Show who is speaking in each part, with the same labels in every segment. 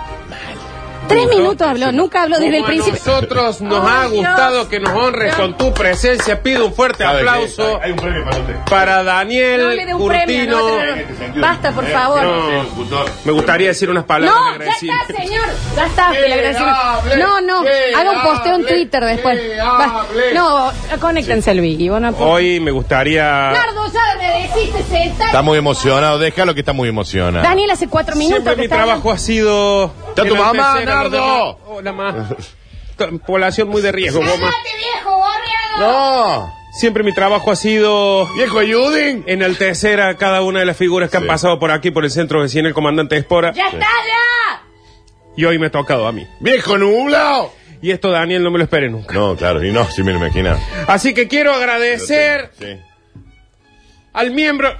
Speaker 1: Tres minutos habló, nunca habló desde el
Speaker 2: Como a
Speaker 1: principio.
Speaker 2: Nosotros nos
Speaker 1: Ay,
Speaker 2: ha
Speaker 1: Dios.
Speaker 2: gustado que nos honres con tu presencia. Pido un fuerte
Speaker 3: Cada vez que-
Speaker 2: aplauso
Speaker 3: Hay un premio para usted.
Speaker 2: para
Speaker 1: No le
Speaker 2: Daniel
Speaker 1: dé un premio, no
Speaker 2: Curtino.
Speaker 1: va a tener-
Speaker 3: En este sentido,
Speaker 1: Basta, por
Speaker 3: eh,
Speaker 1: favor.
Speaker 3: no, sí, locutor.
Speaker 2: Me gustaría decir unas palabras
Speaker 1: No, ya
Speaker 2: agradecidas.
Speaker 1: está, señor. Ya está,
Speaker 3: Que
Speaker 1: que le agradecimos.
Speaker 3: hable,
Speaker 1: No, no,
Speaker 3: que
Speaker 1: haga un posteo en
Speaker 3: hable,
Speaker 1: Twitter después.
Speaker 3: que
Speaker 1: Basta.
Speaker 3: hable.
Speaker 1: No, conéctense al vivo. No, por-
Speaker 2: Hoy me gustaría.
Speaker 1: Nardo, ya me deciste sentar.
Speaker 3: Está muy emocionado, déjalo que está muy emocionado.
Speaker 1: Daniel hace cuatro minutos
Speaker 2: Siempre
Speaker 1: que
Speaker 2: mi
Speaker 1: está
Speaker 2: trabajo ha sido.
Speaker 3: Está tu mamá,
Speaker 2: enaltecer a los
Speaker 3: Nardo.
Speaker 2: demás. Hola, ma. T- Población muy de riesgo,
Speaker 1: hablando.
Speaker 2: mamá.
Speaker 1: Cállate, viejo, borreado.
Speaker 3: ¡No!
Speaker 2: Siempre mi trabajo ha sido.
Speaker 3: ¡Viejo Ayudin!
Speaker 2: Enaltecer a cada una de las figuras que han
Speaker 3: Sí.
Speaker 2: pasado por aquí, por el centro vecino, el comandante Espora.
Speaker 1: Ya está, ya.
Speaker 2: Y hoy me ha tocado a mí.
Speaker 3: ¡Viejo nublado!
Speaker 2: Y esto, Daniel, no me lo espere nunca.
Speaker 3: No, claro, y no, si me lo imaginaba.
Speaker 2: Así que quiero agradecer
Speaker 3: Sí.
Speaker 2: al miembro.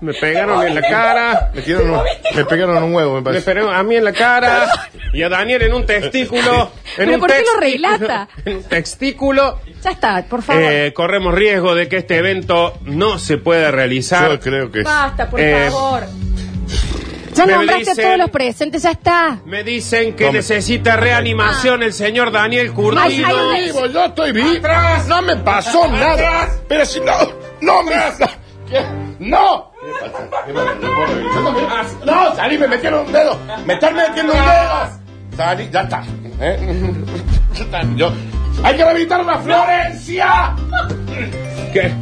Speaker 2: Me pegaron en la cara.
Speaker 3: Me, tiraron un- me pegaron un huevo, me
Speaker 2: Me
Speaker 3: parece.
Speaker 2: esperó a mí en la cara y a Daniel en un testículo. En
Speaker 1: ¿Pero
Speaker 2: un
Speaker 1: por qué lo
Speaker 2: testículo,
Speaker 1: relata?
Speaker 2: En un testículo.
Speaker 1: Ya está, por favor.
Speaker 2: Eh, corremos riesgo de que este evento no se pueda realizar.
Speaker 3: Yo creo que.
Speaker 1: Basta, por
Speaker 2: eh,
Speaker 1: favor. Ya
Speaker 2: me
Speaker 1: nombraste
Speaker 2: dicen-
Speaker 1: a todos los presentes, ya está.
Speaker 2: Me dicen que
Speaker 3: No me-
Speaker 2: necesita reanimación el señor Daniel Curtino.
Speaker 1: Ay, ay, ay.
Speaker 3: Vivo, yo estoy vivo.
Speaker 2: Atrás.
Speaker 3: No me pasó nada.
Speaker 2: Atrás.
Speaker 3: Pero si no. ¡No me. ¿Qué? ¡No! No, salí, me metieron un dedo. Me están metiendo un dedo. Salí, ya está. ¿eh? Ya está, Yo. ¡Hay que reventar la Florencia!
Speaker 2: ¿Qué?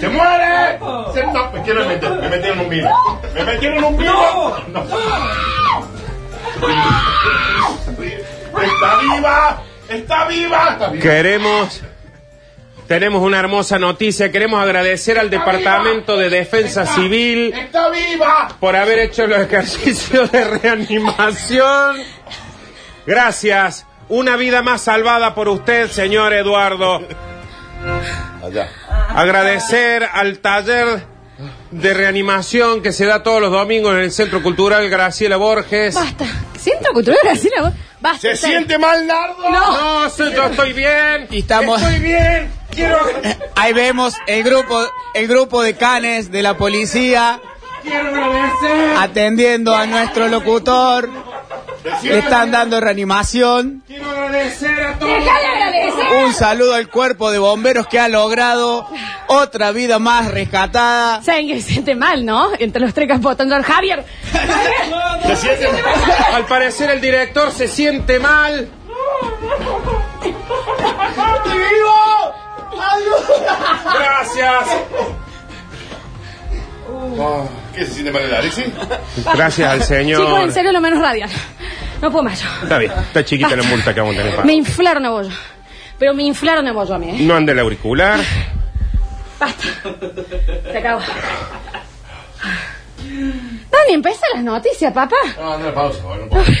Speaker 3: ¡Se muere! Se- no, me quiero meter. Me metieron un vino. Me metieron un vino. No. ¡Está viva! ¡Está viva! ¡Está viva!
Speaker 2: Queremos. Tenemos una hermosa noticia. Queremos agradecer al Departamento de Defensa Civil
Speaker 3: ¡Está viva!
Speaker 2: por haber hecho los ejercicios de reanimación. Gracias. Una vida más salvada por usted, señor Eduardo.
Speaker 3: Allá.
Speaker 2: Agradecer al taller de reanimación que se da todos los domingos en el Centro Cultural Graciela Borges.
Speaker 1: Basta. Siento cultural así la Basta.
Speaker 3: ¿Se siente mal, Nardo?
Speaker 2: No, sí, yo estoy bien.
Speaker 4: Y estamos-
Speaker 2: Estoy bien. Quiero,
Speaker 4: Ahí vemos el grupo, el grupo de canes de la policía
Speaker 2: quiero agradecer.
Speaker 4: atendiendo a nuestro locutor. Le están dando reanimación.
Speaker 2: Quiero agradecer a todos.
Speaker 1: Dejá de agradecer.
Speaker 4: Un saludo al cuerpo de bomberos que ha logrado otra vida más rescatada.
Speaker 1: Saben que se siente mal, ¿no? Entre los tres capotando al Javier. Javier.
Speaker 3: ¿Se siente mal?
Speaker 2: Al parecer el director se siente mal. Gracias.
Speaker 3: Oh, ¿Qué se siente mal el Alexi?
Speaker 2: Gracias al
Speaker 1: Chicos, en
Speaker 2: señor.
Speaker 1: serio, lo menos radial. No puedo más yo.
Speaker 2: Está bien, está chiquita la multa que vamos a tener. para-
Speaker 1: Me inflaron a bollo. Pero me inflaron a bollo a mí, ¿eh?
Speaker 2: No ande el auricular.
Speaker 1: Basta. Se acabó. Dani, empieza las noticias, papá.
Speaker 3: No, no, pausa, bueno, pausa.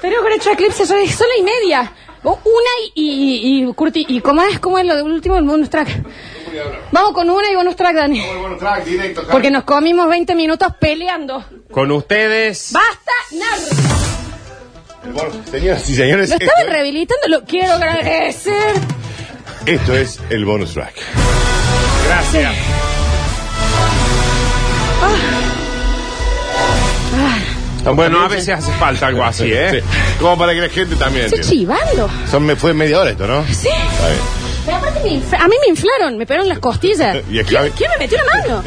Speaker 1: Pero con hecho eclipse son son la y media. O Una y, y, y, y Curti, ¿y cómo es? ¿Cómo es lo del último el bonus track? Vamos con una y bonus track, Dani.
Speaker 3: Bueno, bueno, track, directo, track.
Speaker 1: Porque nos comimos 20 minutos peleando.
Speaker 2: Con ustedes.
Speaker 1: ¡Basta! Nardo!
Speaker 3: Bueno, señoras y señores,
Speaker 1: Lo
Speaker 3: esto,
Speaker 1: estaban rehabilitando, lo quiero agradecer.
Speaker 3: esto es el bonus track.
Speaker 2: Gracias. Bueno, a veces hace falta algo así, ¿eh?
Speaker 3: Ah. Sí. Como para que la gente también.
Speaker 1: Estoy
Speaker 3: entienda.
Speaker 1: chivando.
Speaker 3: Son, me fue media hora esto, ¿no?
Speaker 1: Sí.
Speaker 3: Está bien.
Speaker 1: Pero aparte me infla- a mí me inflaron, me pegaron las costillas. ¿Quién,
Speaker 3: Y el Javi-
Speaker 1: quién me metió la mano?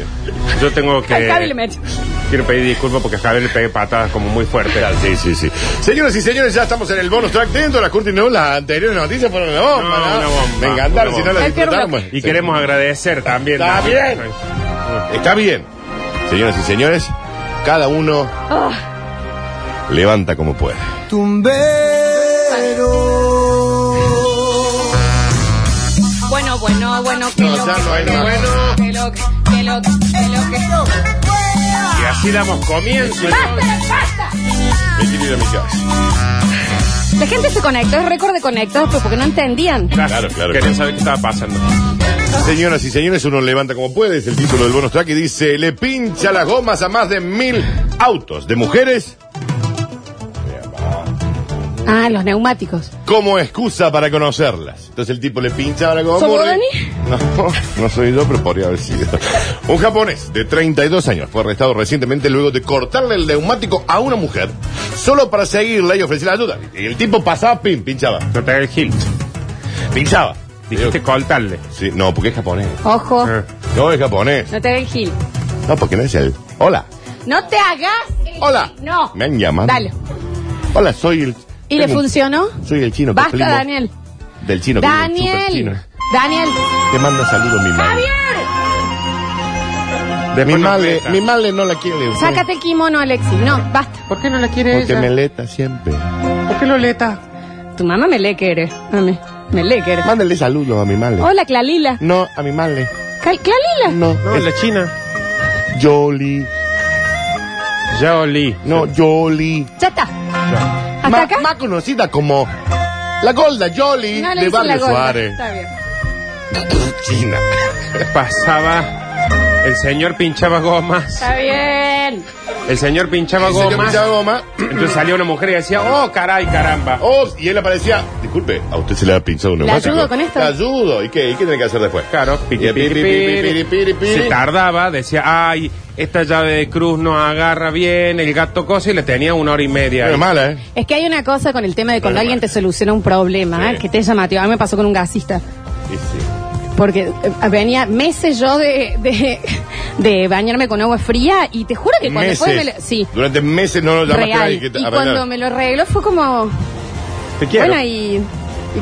Speaker 2: Yo tengo que.
Speaker 1: Al Javi le metió.
Speaker 2: Quiero pedir disculpas porque a Javier le pegué patadas como muy fuerte.
Speaker 3: Ah, Sí, sí, sí. Señoras y señores, ya estamos en el bonus track dentro de la Curti News. Las anteriores noticias fueron una bomba,
Speaker 2: No,
Speaker 3: ¿no?
Speaker 2: una bomba,
Speaker 3: Me encantaron,
Speaker 2: una
Speaker 3: si
Speaker 2: bomba.
Speaker 3: no las
Speaker 1: Hay que
Speaker 3: disfrutaron.
Speaker 1: una-
Speaker 3: bueno.
Speaker 2: Y
Speaker 3: Sí.
Speaker 2: queremos agradecer también.
Speaker 3: Está
Speaker 2: ¿no?
Speaker 3: bien. Está bien. Señoras y señores, cada uno levanta como puede.
Speaker 4: Tumbero.
Speaker 1: Bueno, bueno, bueno, que lo
Speaker 3: No, ya
Speaker 1: que,
Speaker 3: no hay
Speaker 1: que lo
Speaker 3: más.
Speaker 1: que, que lo que, que lo que, que lo que.
Speaker 2: Y así damos comienzo.
Speaker 3: Ah,
Speaker 1: ¡Basta, basta!
Speaker 3: Me quiero ir a mi casa.
Speaker 1: La gente se conectó, es récord de conectados, pero porque no entendían.
Speaker 3: Claro, claro.
Speaker 2: Querían saber qué estaba pasando.
Speaker 3: Señoras y señores, uno levanta como puede. Es el título del bonus track y dice: Le pincha las gomas a más de mil autos de mujeres
Speaker 1: Ah, los neumáticos.
Speaker 3: como excusa para conocerlas. Entonces el tipo le pincha ahora como
Speaker 1: ¿Sos vos,
Speaker 3: morde. No, no soy yo, pero podría haber sido. Un japonés de 32 años fue arrestado recientemente luego de cortarle el neumático a una mujer solo para seguirla y ofrecerle ayuda. Y el tipo pasaba, pin, pinchaba.
Speaker 2: No te hagas el hint.
Speaker 3: Pinchaba.
Speaker 2: Dijiste cortarle.
Speaker 3: Sí, no, porque es japonés.
Speaker 1: Ojo,
Speaker 2: Eh.
Speaker 3: No es japonés.
Speaker 1: no te ve el gil.
Speaker 3: No, porque no es él. Hola.
Speaker 1: No te hagas. el
Speaker 3: Hola.
Speaker 1: gil. No.
Speaker 3: Me han llamado.
Speaker 1: Dale.
Speaker 3: Hola, soy el.
Speaker 1: ¿Y le
Speaker 3: tengo-
Speaker 1: funcionó?
Speaker 3: Soy el chino. que
Speaker 1: Basta,
Speaker 3: primo
Speaker 1: Daniel.
Speaker 3: Del chino. que es el
Speaker 1: Daniel.
Speaker 3: superchino.
Speaker 1: Daniel.
Speaker 3: Te manda saludos mi madre.
Speaker 1: Javier.
Speaker 3: De mi
Speaker 2: Bueno,
Speaker 3: madre,
Speaker 2: Julieta.
Speaker 3: mi madre no la quiere. usted.
Speaker 1: Sácate el kimono, Alexi. No, basta.
Speaker 2: ¿Por qué no la quiere
Speaker 3: Porque me leta siempre.
Speaker 2: ¿Por qué lo leta?
Speaker 1: Tu mamá me le quiere. A mí. Me le quiere.
Speaker 3: Mándale saludos a mi madre.
Speaker 1: Hola, Clalila.
Speaker 3: No, a mi madre.
Speaker 1: Cal- Clalila.
Speaker 3: No,
Speaker 2: No,
Speaker 3: es
Speaker 2: la china.
Speaker 3: Yoli.
Speaker 2: Ya olí.
Speaker 3: No, Yoli.
Speaker 1: Ya está. ¿Hasta
Speaker 3: Ma-
Speaker 1: acá?
Speaker 3: Más conocida como la Golda Yoli
Speaker 1: No le
Speaker 3: de
Speaker 1: dicen la
Speaker 3: Barrio
Speaker 1: gorda.
Speaker 3: Suárez.
Speaker 1: Está bien.
Speaker 3: China.
Speaker 2: Pasaba. El señor pinchaba gomas.
Speaker 1: Está bien.
Speaker 2: El señor pinchaba
Speaker 3: El señor
Speaker 2: gomas.
Speaker 3: pinchaba goma.
Speaker 2: Entonces salía una mujer y decía, oh, caray, caramba.
Speaker 3: Oh, y él aparecía. Disculpe, a usted se le ha pinchado un
Speaker 1: ¿Le
Speaker 3: neumático.
Speaker 1: ayudo con esto?
Speaker 3: Le ayudo. ¿Y qué? ¿Y qué tiene que hacer después?
Speaker 2: Claro,
Speaker 3: Y
Speaker 2: piri,
Speaker 3: el piri, piri, piri, piri, piri.
Speaker 2: Se tardaba, decía, ay, esta llave de cruz no agarra bien, el gato cosa, y le tenía una hora y media.
Speaker 3: Pero
Speaker 2: ahí.
Speaker 3: mala, ¿eh?
Speaker 1: Es que hay una cosa con el tema de cuando
Speaker 3: Bueno,
Speaker 1: alguien
Speaker 3: bueno.
Speaker 1: te soluciona un problema,
Speaker 3: Sí.
Speaker 1: ¿eh? que te llamativo. A mí me pasó con un gasista.
Speaker 3: Y sí.
Speaker 1: Porque eh, venía meses yo de, de, de bañarme con agua fría y te juro que cuando después me
Speaker 3: Meses.
Speaker 1: lo, Sí,
Speaker 3: Durante meses no lo llamaste a
Speaker 1: real.
Speaker 3: nadie que
Speaker 1: Y
Speaker 3: te-
Speaker 1: cuando me lo arregló fue como,
Speaker 2: Te quiero.
Speaker 1: bueno, y, y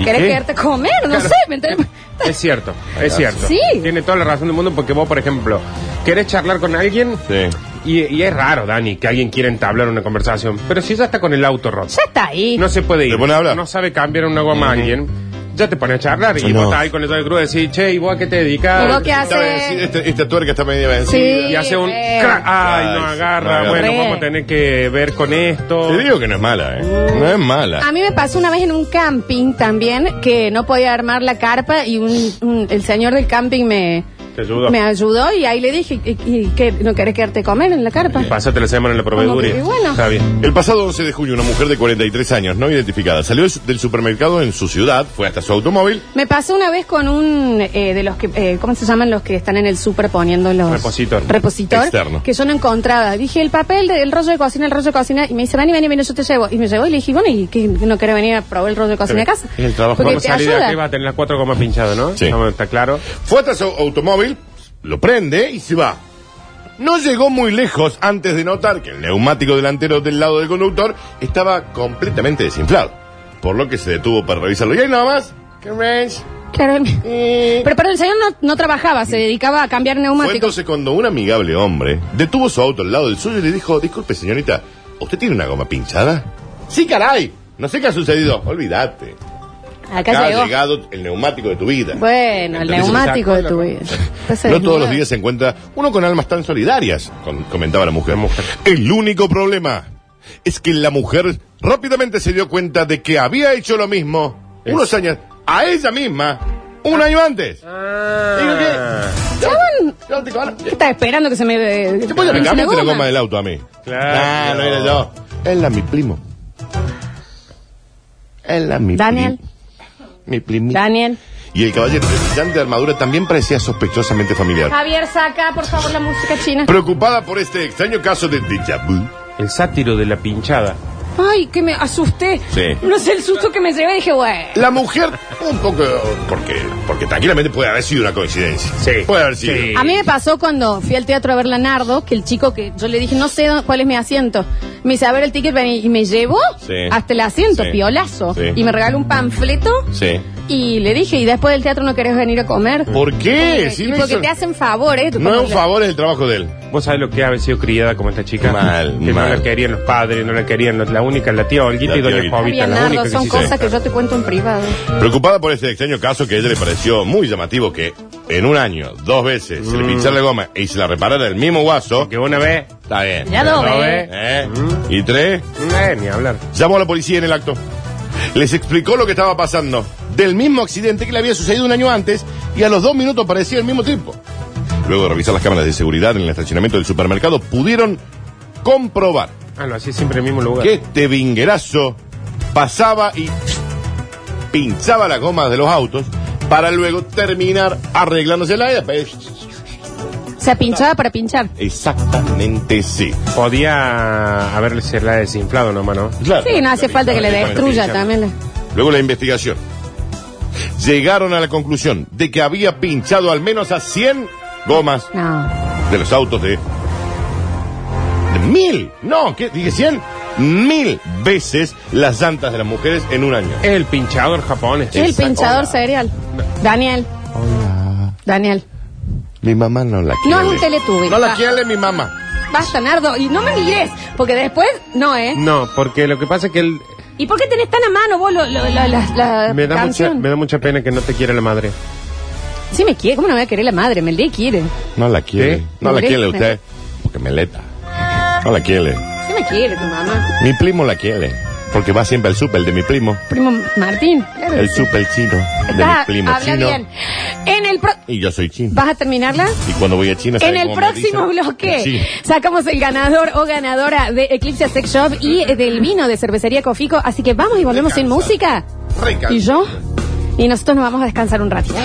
Speaker 2: ¿Y
Speaker 1: querés
Speaker 2: qué?
Speaker 1: quedarte a comer, no
Speaker 2: Claro.
Speaker 1: sé. ¿me entendés?
Speaker 2: Es cierto, es cierto.
Speaker 1: Sí.
Speaker 2: Tiene toda la razón del mundo porque vos, por ejemplo, querés charlar con alguien
Speaker 3: Sí.
Speaker 2: y, y es raro, Dani, que alguien quiera entablar una conversación. Pero si ya está con el auto roto,
Speaker 1: Ya está ahí.
Speaker 2: no se puede ir.
Speaker 3: Te pone a hablar.
Speaker 2: No sabe cambiar una goma a alguien, ya te pone a charlar. Y
Speaker 3: No.
Speaker 2: vos estás ahí con el llave de cruz y decís, che, ¿y vos a qué te dedicas?
Speaker 1: ¿Y vos qué
Speaker 3: Esta,
Speaker 1: haces?
Speaker 3: esta- esta tuerca está media vencida.
Speaker 1: Sí.
Speaker 2: Y hace un
Speaker 1: Eh.
Speaker 2: crack. Ay,
Speaker 3: Ay,
Speaker 2: no
Speaker 3: sí,
Speaker 2: agarra.
Speaker 3: no agarra.
Speaker 2: Bueno,
Speaker 1: Re.
Speaker 2: vamos a tener que ver con esto.
Speaker 3: Te digo que no es mala, ¿eh? No es mala.
Speaker 1: A mí me pasó una vez en un camping también que no podía armar la carpa y un, un- el señor del camping me,
Speaker 2: Te ayudó.
Speaker 1: Me ayudó y ahí le dije, ¿y, y qué? ¿No querés quedarte a comer en la carpa?
Speaker 2: Pásate la semana en la proveeduría.
Speaker 1: Como que, bueno.
Speaker 2: Está bien.
Speaker 3: El pasado 11 de junio, una mujer de 43 años no identificada salió del supermercado en su ciudad, fue hasta su automóvil.
Speaker 1: Me pasó una vez con un eh, de los que, eh, ¿cómo se llaman los que están en el súper poniendo los.
Speaker 2: Repositor.
Speaker 1: Repositor.
Speaker 3: Externo.
Speaker 1: Que yo no encontraba. Dije, el papel del rollo de cocina, el rollo de cocina. Y me dice, vení, vení, vení, yo te llevo. Y me llevó y le dije, bueno, ¿y qué? ¿No querés venir a probar el rollo de cocina a casa?
Speaker 2: Es el trabajo.
Speaker 1: Porque
Speaker 2: Vamos a
Speaker 1: te
Speaker 2: salir de
Speaker 1: ayuda.
Speaker 2: aquí, va a tener las cuatro comas pinchadas, ¿no?
Speaker 3: Sí.
Speaker 2: Estamos- ¿Está claro?
Speaker 3: Fue hasta su automóvil, lo prende y se va. No llegó muy lejos antes de notar que el neumático delantero del lado del conductor estaba completamente desinflado, por lo que se detuvo para revisarlo. Y ahí nada más. ¿Qué range?
Speaker 1: Claro. Mm.
Speaker 3: Eh.
Speaker 1: Pero, pero el señor no, no trabajaba, se dedicaba a cambiar
Speaker 3: Fue
Speaker 1: neumáticos.
Speaker 3: entonces cuando un amigable hombre detuvo su auto al lado del suyo y le dijo, disculpe señorita, ¿usted tiene una goma pinchada? Sí, caray. No sé qué ha sucedido. Olvídate.
Speaker 1: Acá
Speaker 3: Acá ha
Speaker 1: llegó.
Speaker 3: llegado el neumático de tu vida.
Speaker 1: Bueno, el
Speaker 3: Entonces,
Speaker 1: neumático de
Speaker 2: sacó
Speaker 1: tu
Speaker 2: la-
Speaker 1: vida. Entonces,
Speaker 3: No todos
Speaker 1: bueno.
Speaker 3: los días se encuentra uno con almas tan solidarias, con- comentaba la mujer. El único problema es que la mujer rápidamente se dio cuenta de que había hecho lo mismo unos años a ella misma, un año antes. Digo que-
Speaker 1: Chabón,
Speaker 3: Yo te-
Speaker 1: ¿qué estás esperando que se me. eh,
Speaker 3: Te puedo
Speaker 1: pinche
Speaker 3: reclamar
Speaker 1: la
Speaker 3: la
Speaker 1: goma?
Speaker 3: goma del auto a mí.
Speaker 2: Claro.
Speaker 3: Ah, no era yo. Él era mi primo. Él era mi
Speaker 1: Daniel.
Speaker 3: primo. Mi primo.
Speaker 1: Daniel.
Speaker 3: Y el caballero de brillante armadura también parecía sospechosamente familiar.
Speaker 1: Javier, saca por favor la música china.
Speaker 3: Preocupada por este extraño caso de déjà vu.
Speaker 2: El sátiro de la pinchada.
Speaker 1: Ay, que me asusté.
Speaker 3: Sí.
Speaker 1: No sé el susto que me llevé. Dije, güey.
Speaker 3: La mujer, un poco, porque, porque tranquilamente puede haber sido una coincidencia.
Speaker 2: Sí.
Speaker 3: Puede haber sido.
Speaker 2: Sí.
Speaker 1: A mí me pasó cuando fui al teatro a ver Lanardo, que el chico que yo le dije, no sé dónde- cuál es mi asiento. Me dice, a ver el ticket, vení. Y me llevó
Speaker 3: Sí.
Speaker 1: hasta el asiento,
Speaker 3: Sí.
Speaker 1: piolazo.
Speaker 3: Sí.
Speaker 1: Y me regaló un panfleto.
Speaker 3: Sí.
Speaker 1: Y le dije, ¿y después del teatro no querés venir a comer?
Speaker 3: Mm. ¿Por qué?
Speaker 1: Eh,
Speaker 3: Si
Speaker 1: y
Speaker 3: no
Speaker 1: porque
Speaker 3: hizo-
Speaker 1: te hacen ¿eh? favores. tu
Speaker 3: no es un
Speaker 1: familia.
Speaker 3: favor, es el trabajo de él.
Speaker 2: ¿Vos sabés lo que ha haber sido criada como esta chica?
Speaker 3: Mal,
Speaker 2: que
Speaker 3: mal.
Speaker 2: no la querían los padres, no la querían los- la única, la tía Olguita
Speaker 3: La
Speaker 2: y
Speaker 3: tía
Speaker 2: doña
Speaker 3: Olguita.
Speaker 2: Jovita, la
Speaker 1: Bienardo,
Speaker 2: única que
Speaker 1: son
Speaker 2: se hizo.
Speaker 1: cosas que yo te cuento en privado.
Speaker 3: Preocupada por este extraño caso que a ella le pareció muy llamativo que en un año, dos veces, se le pinchara la goma y se la reparara el mismo guaso,
Speaker 2: Que una vez,
Speaker 3: está bien.
Speaker 1: Ya lo
Speaker 2: ¿no
Speaker 1: ve.
Speaker 2: ve?
Speaker 3: ¿Eh? Y tres,
Speaker 2: Eh, ni hablar.
Speaker 3: llamó a la policía en el acto. Les explicó lo que estaba pasando, del mismo accidente que le había sucedido un año antes y a los dos minutos parecía el mismo tipo. Luego de revisar las cámaras de seguridad en el estacionamiento del supermercado, pudieron comprobar
Speaker 2: Ah, lo hacía siempre en el mismo lugar.
Speaker 3: que este vinguerazo pasaba y pinchaba las gomas de los autos para luego terminar arreglándose la E
Speaker 1: Se pinchaba para pinchar.
Speaker 3: Exactamente sí.
Speaker 2: Podía haberse la desinflado nomás, ¿no?
Speaker 3: Claro.
Speaker 1: Sí, no hace falta que le
Speaker 3: Exactamente.
Speaker 1: destruya también.
Speaker 3: Luego la investigación. Llegaron a la conclusión de que había pinchado al menos a 100 gomas
Speaker 1: No.
Speaker 3: de los autos de... de mil, no, ¿qué? Dije 100. Mil veces las llantas de las mujeres en un año.
Speaker 2: Es el pinchador japonés.
Speaker 1: Es el
Speaker 3: Exacto.
Speaker 1: pinchador
Speaker 3: Hola.
Speaker 1: serial. Daniel. Daniel.
Speaker 3: Mi mamá no la
Speaker 1: No, es un Teletubby.
Speaker 3: No la
Speaker 1: Va.
Speaker 3: quiere mi mamá.
Speaker 1: Basta, Nardo. Y no me mires, porque después no, ¿eh?
Speaker 3: Mm.
Speaker 2: No, porque lo que pasa es que él...
Speaker 1: ¿Y por qué tenés tan a mano vos lo- lo- la, la- la
Speaker 2: Me da, mucha,
Speaker 1: canción?
Speaker 2: me da mucha pena que no te quiera la madre.
Speaker 1: Sí me quiere. ¿Cómo no me va a querer la madre? Me le quiere.
Speaker 3: No la quiere.
Speaker 2: ¿Sí?
Speaker 3: No la
Speaker 1: Pobre.
Speaker 3: quiere usted. Porque me leta. No la quiere.
Speaker 1: Sí me quiere tu mamá.
Speaker 3: Mi primo la quiere. Porque va siempre al súper el de mi primo.
Speaker 1: Primo Martín. Claro.
Speaker 3: El súper chino. De mi
Speaker 1: Está-
Speaker 3: primo
Speaker 1: habla
Speaker 3: chino.
Speaker 1: bien. En el pro-
Speaker 3: Y yo soy chino.
Speaker 1: ¿Vas a terminarla?
Speaker 3: Y cuando voy a China,
Speaker 1: En
Speaker 3: ¿sabe
Speaker 1: el
Speaker 3: cómo me
Speaker 1: próximo
Speaker 3: dicen?
Speaker 1: bloque
Speaker 3: Sí.
Speaker 1: sacamos el ganador o ganadora de Eclipse Sex Shop y eh, del vino de cervecería Cofico. Así que vamos y volvemos sin
Speaker 3: Descansa.
Speaker 1: música.
Speaker 3: Rica.
Speaker 1: Y yo. Y nosotros nos vamos a descansar un ratito.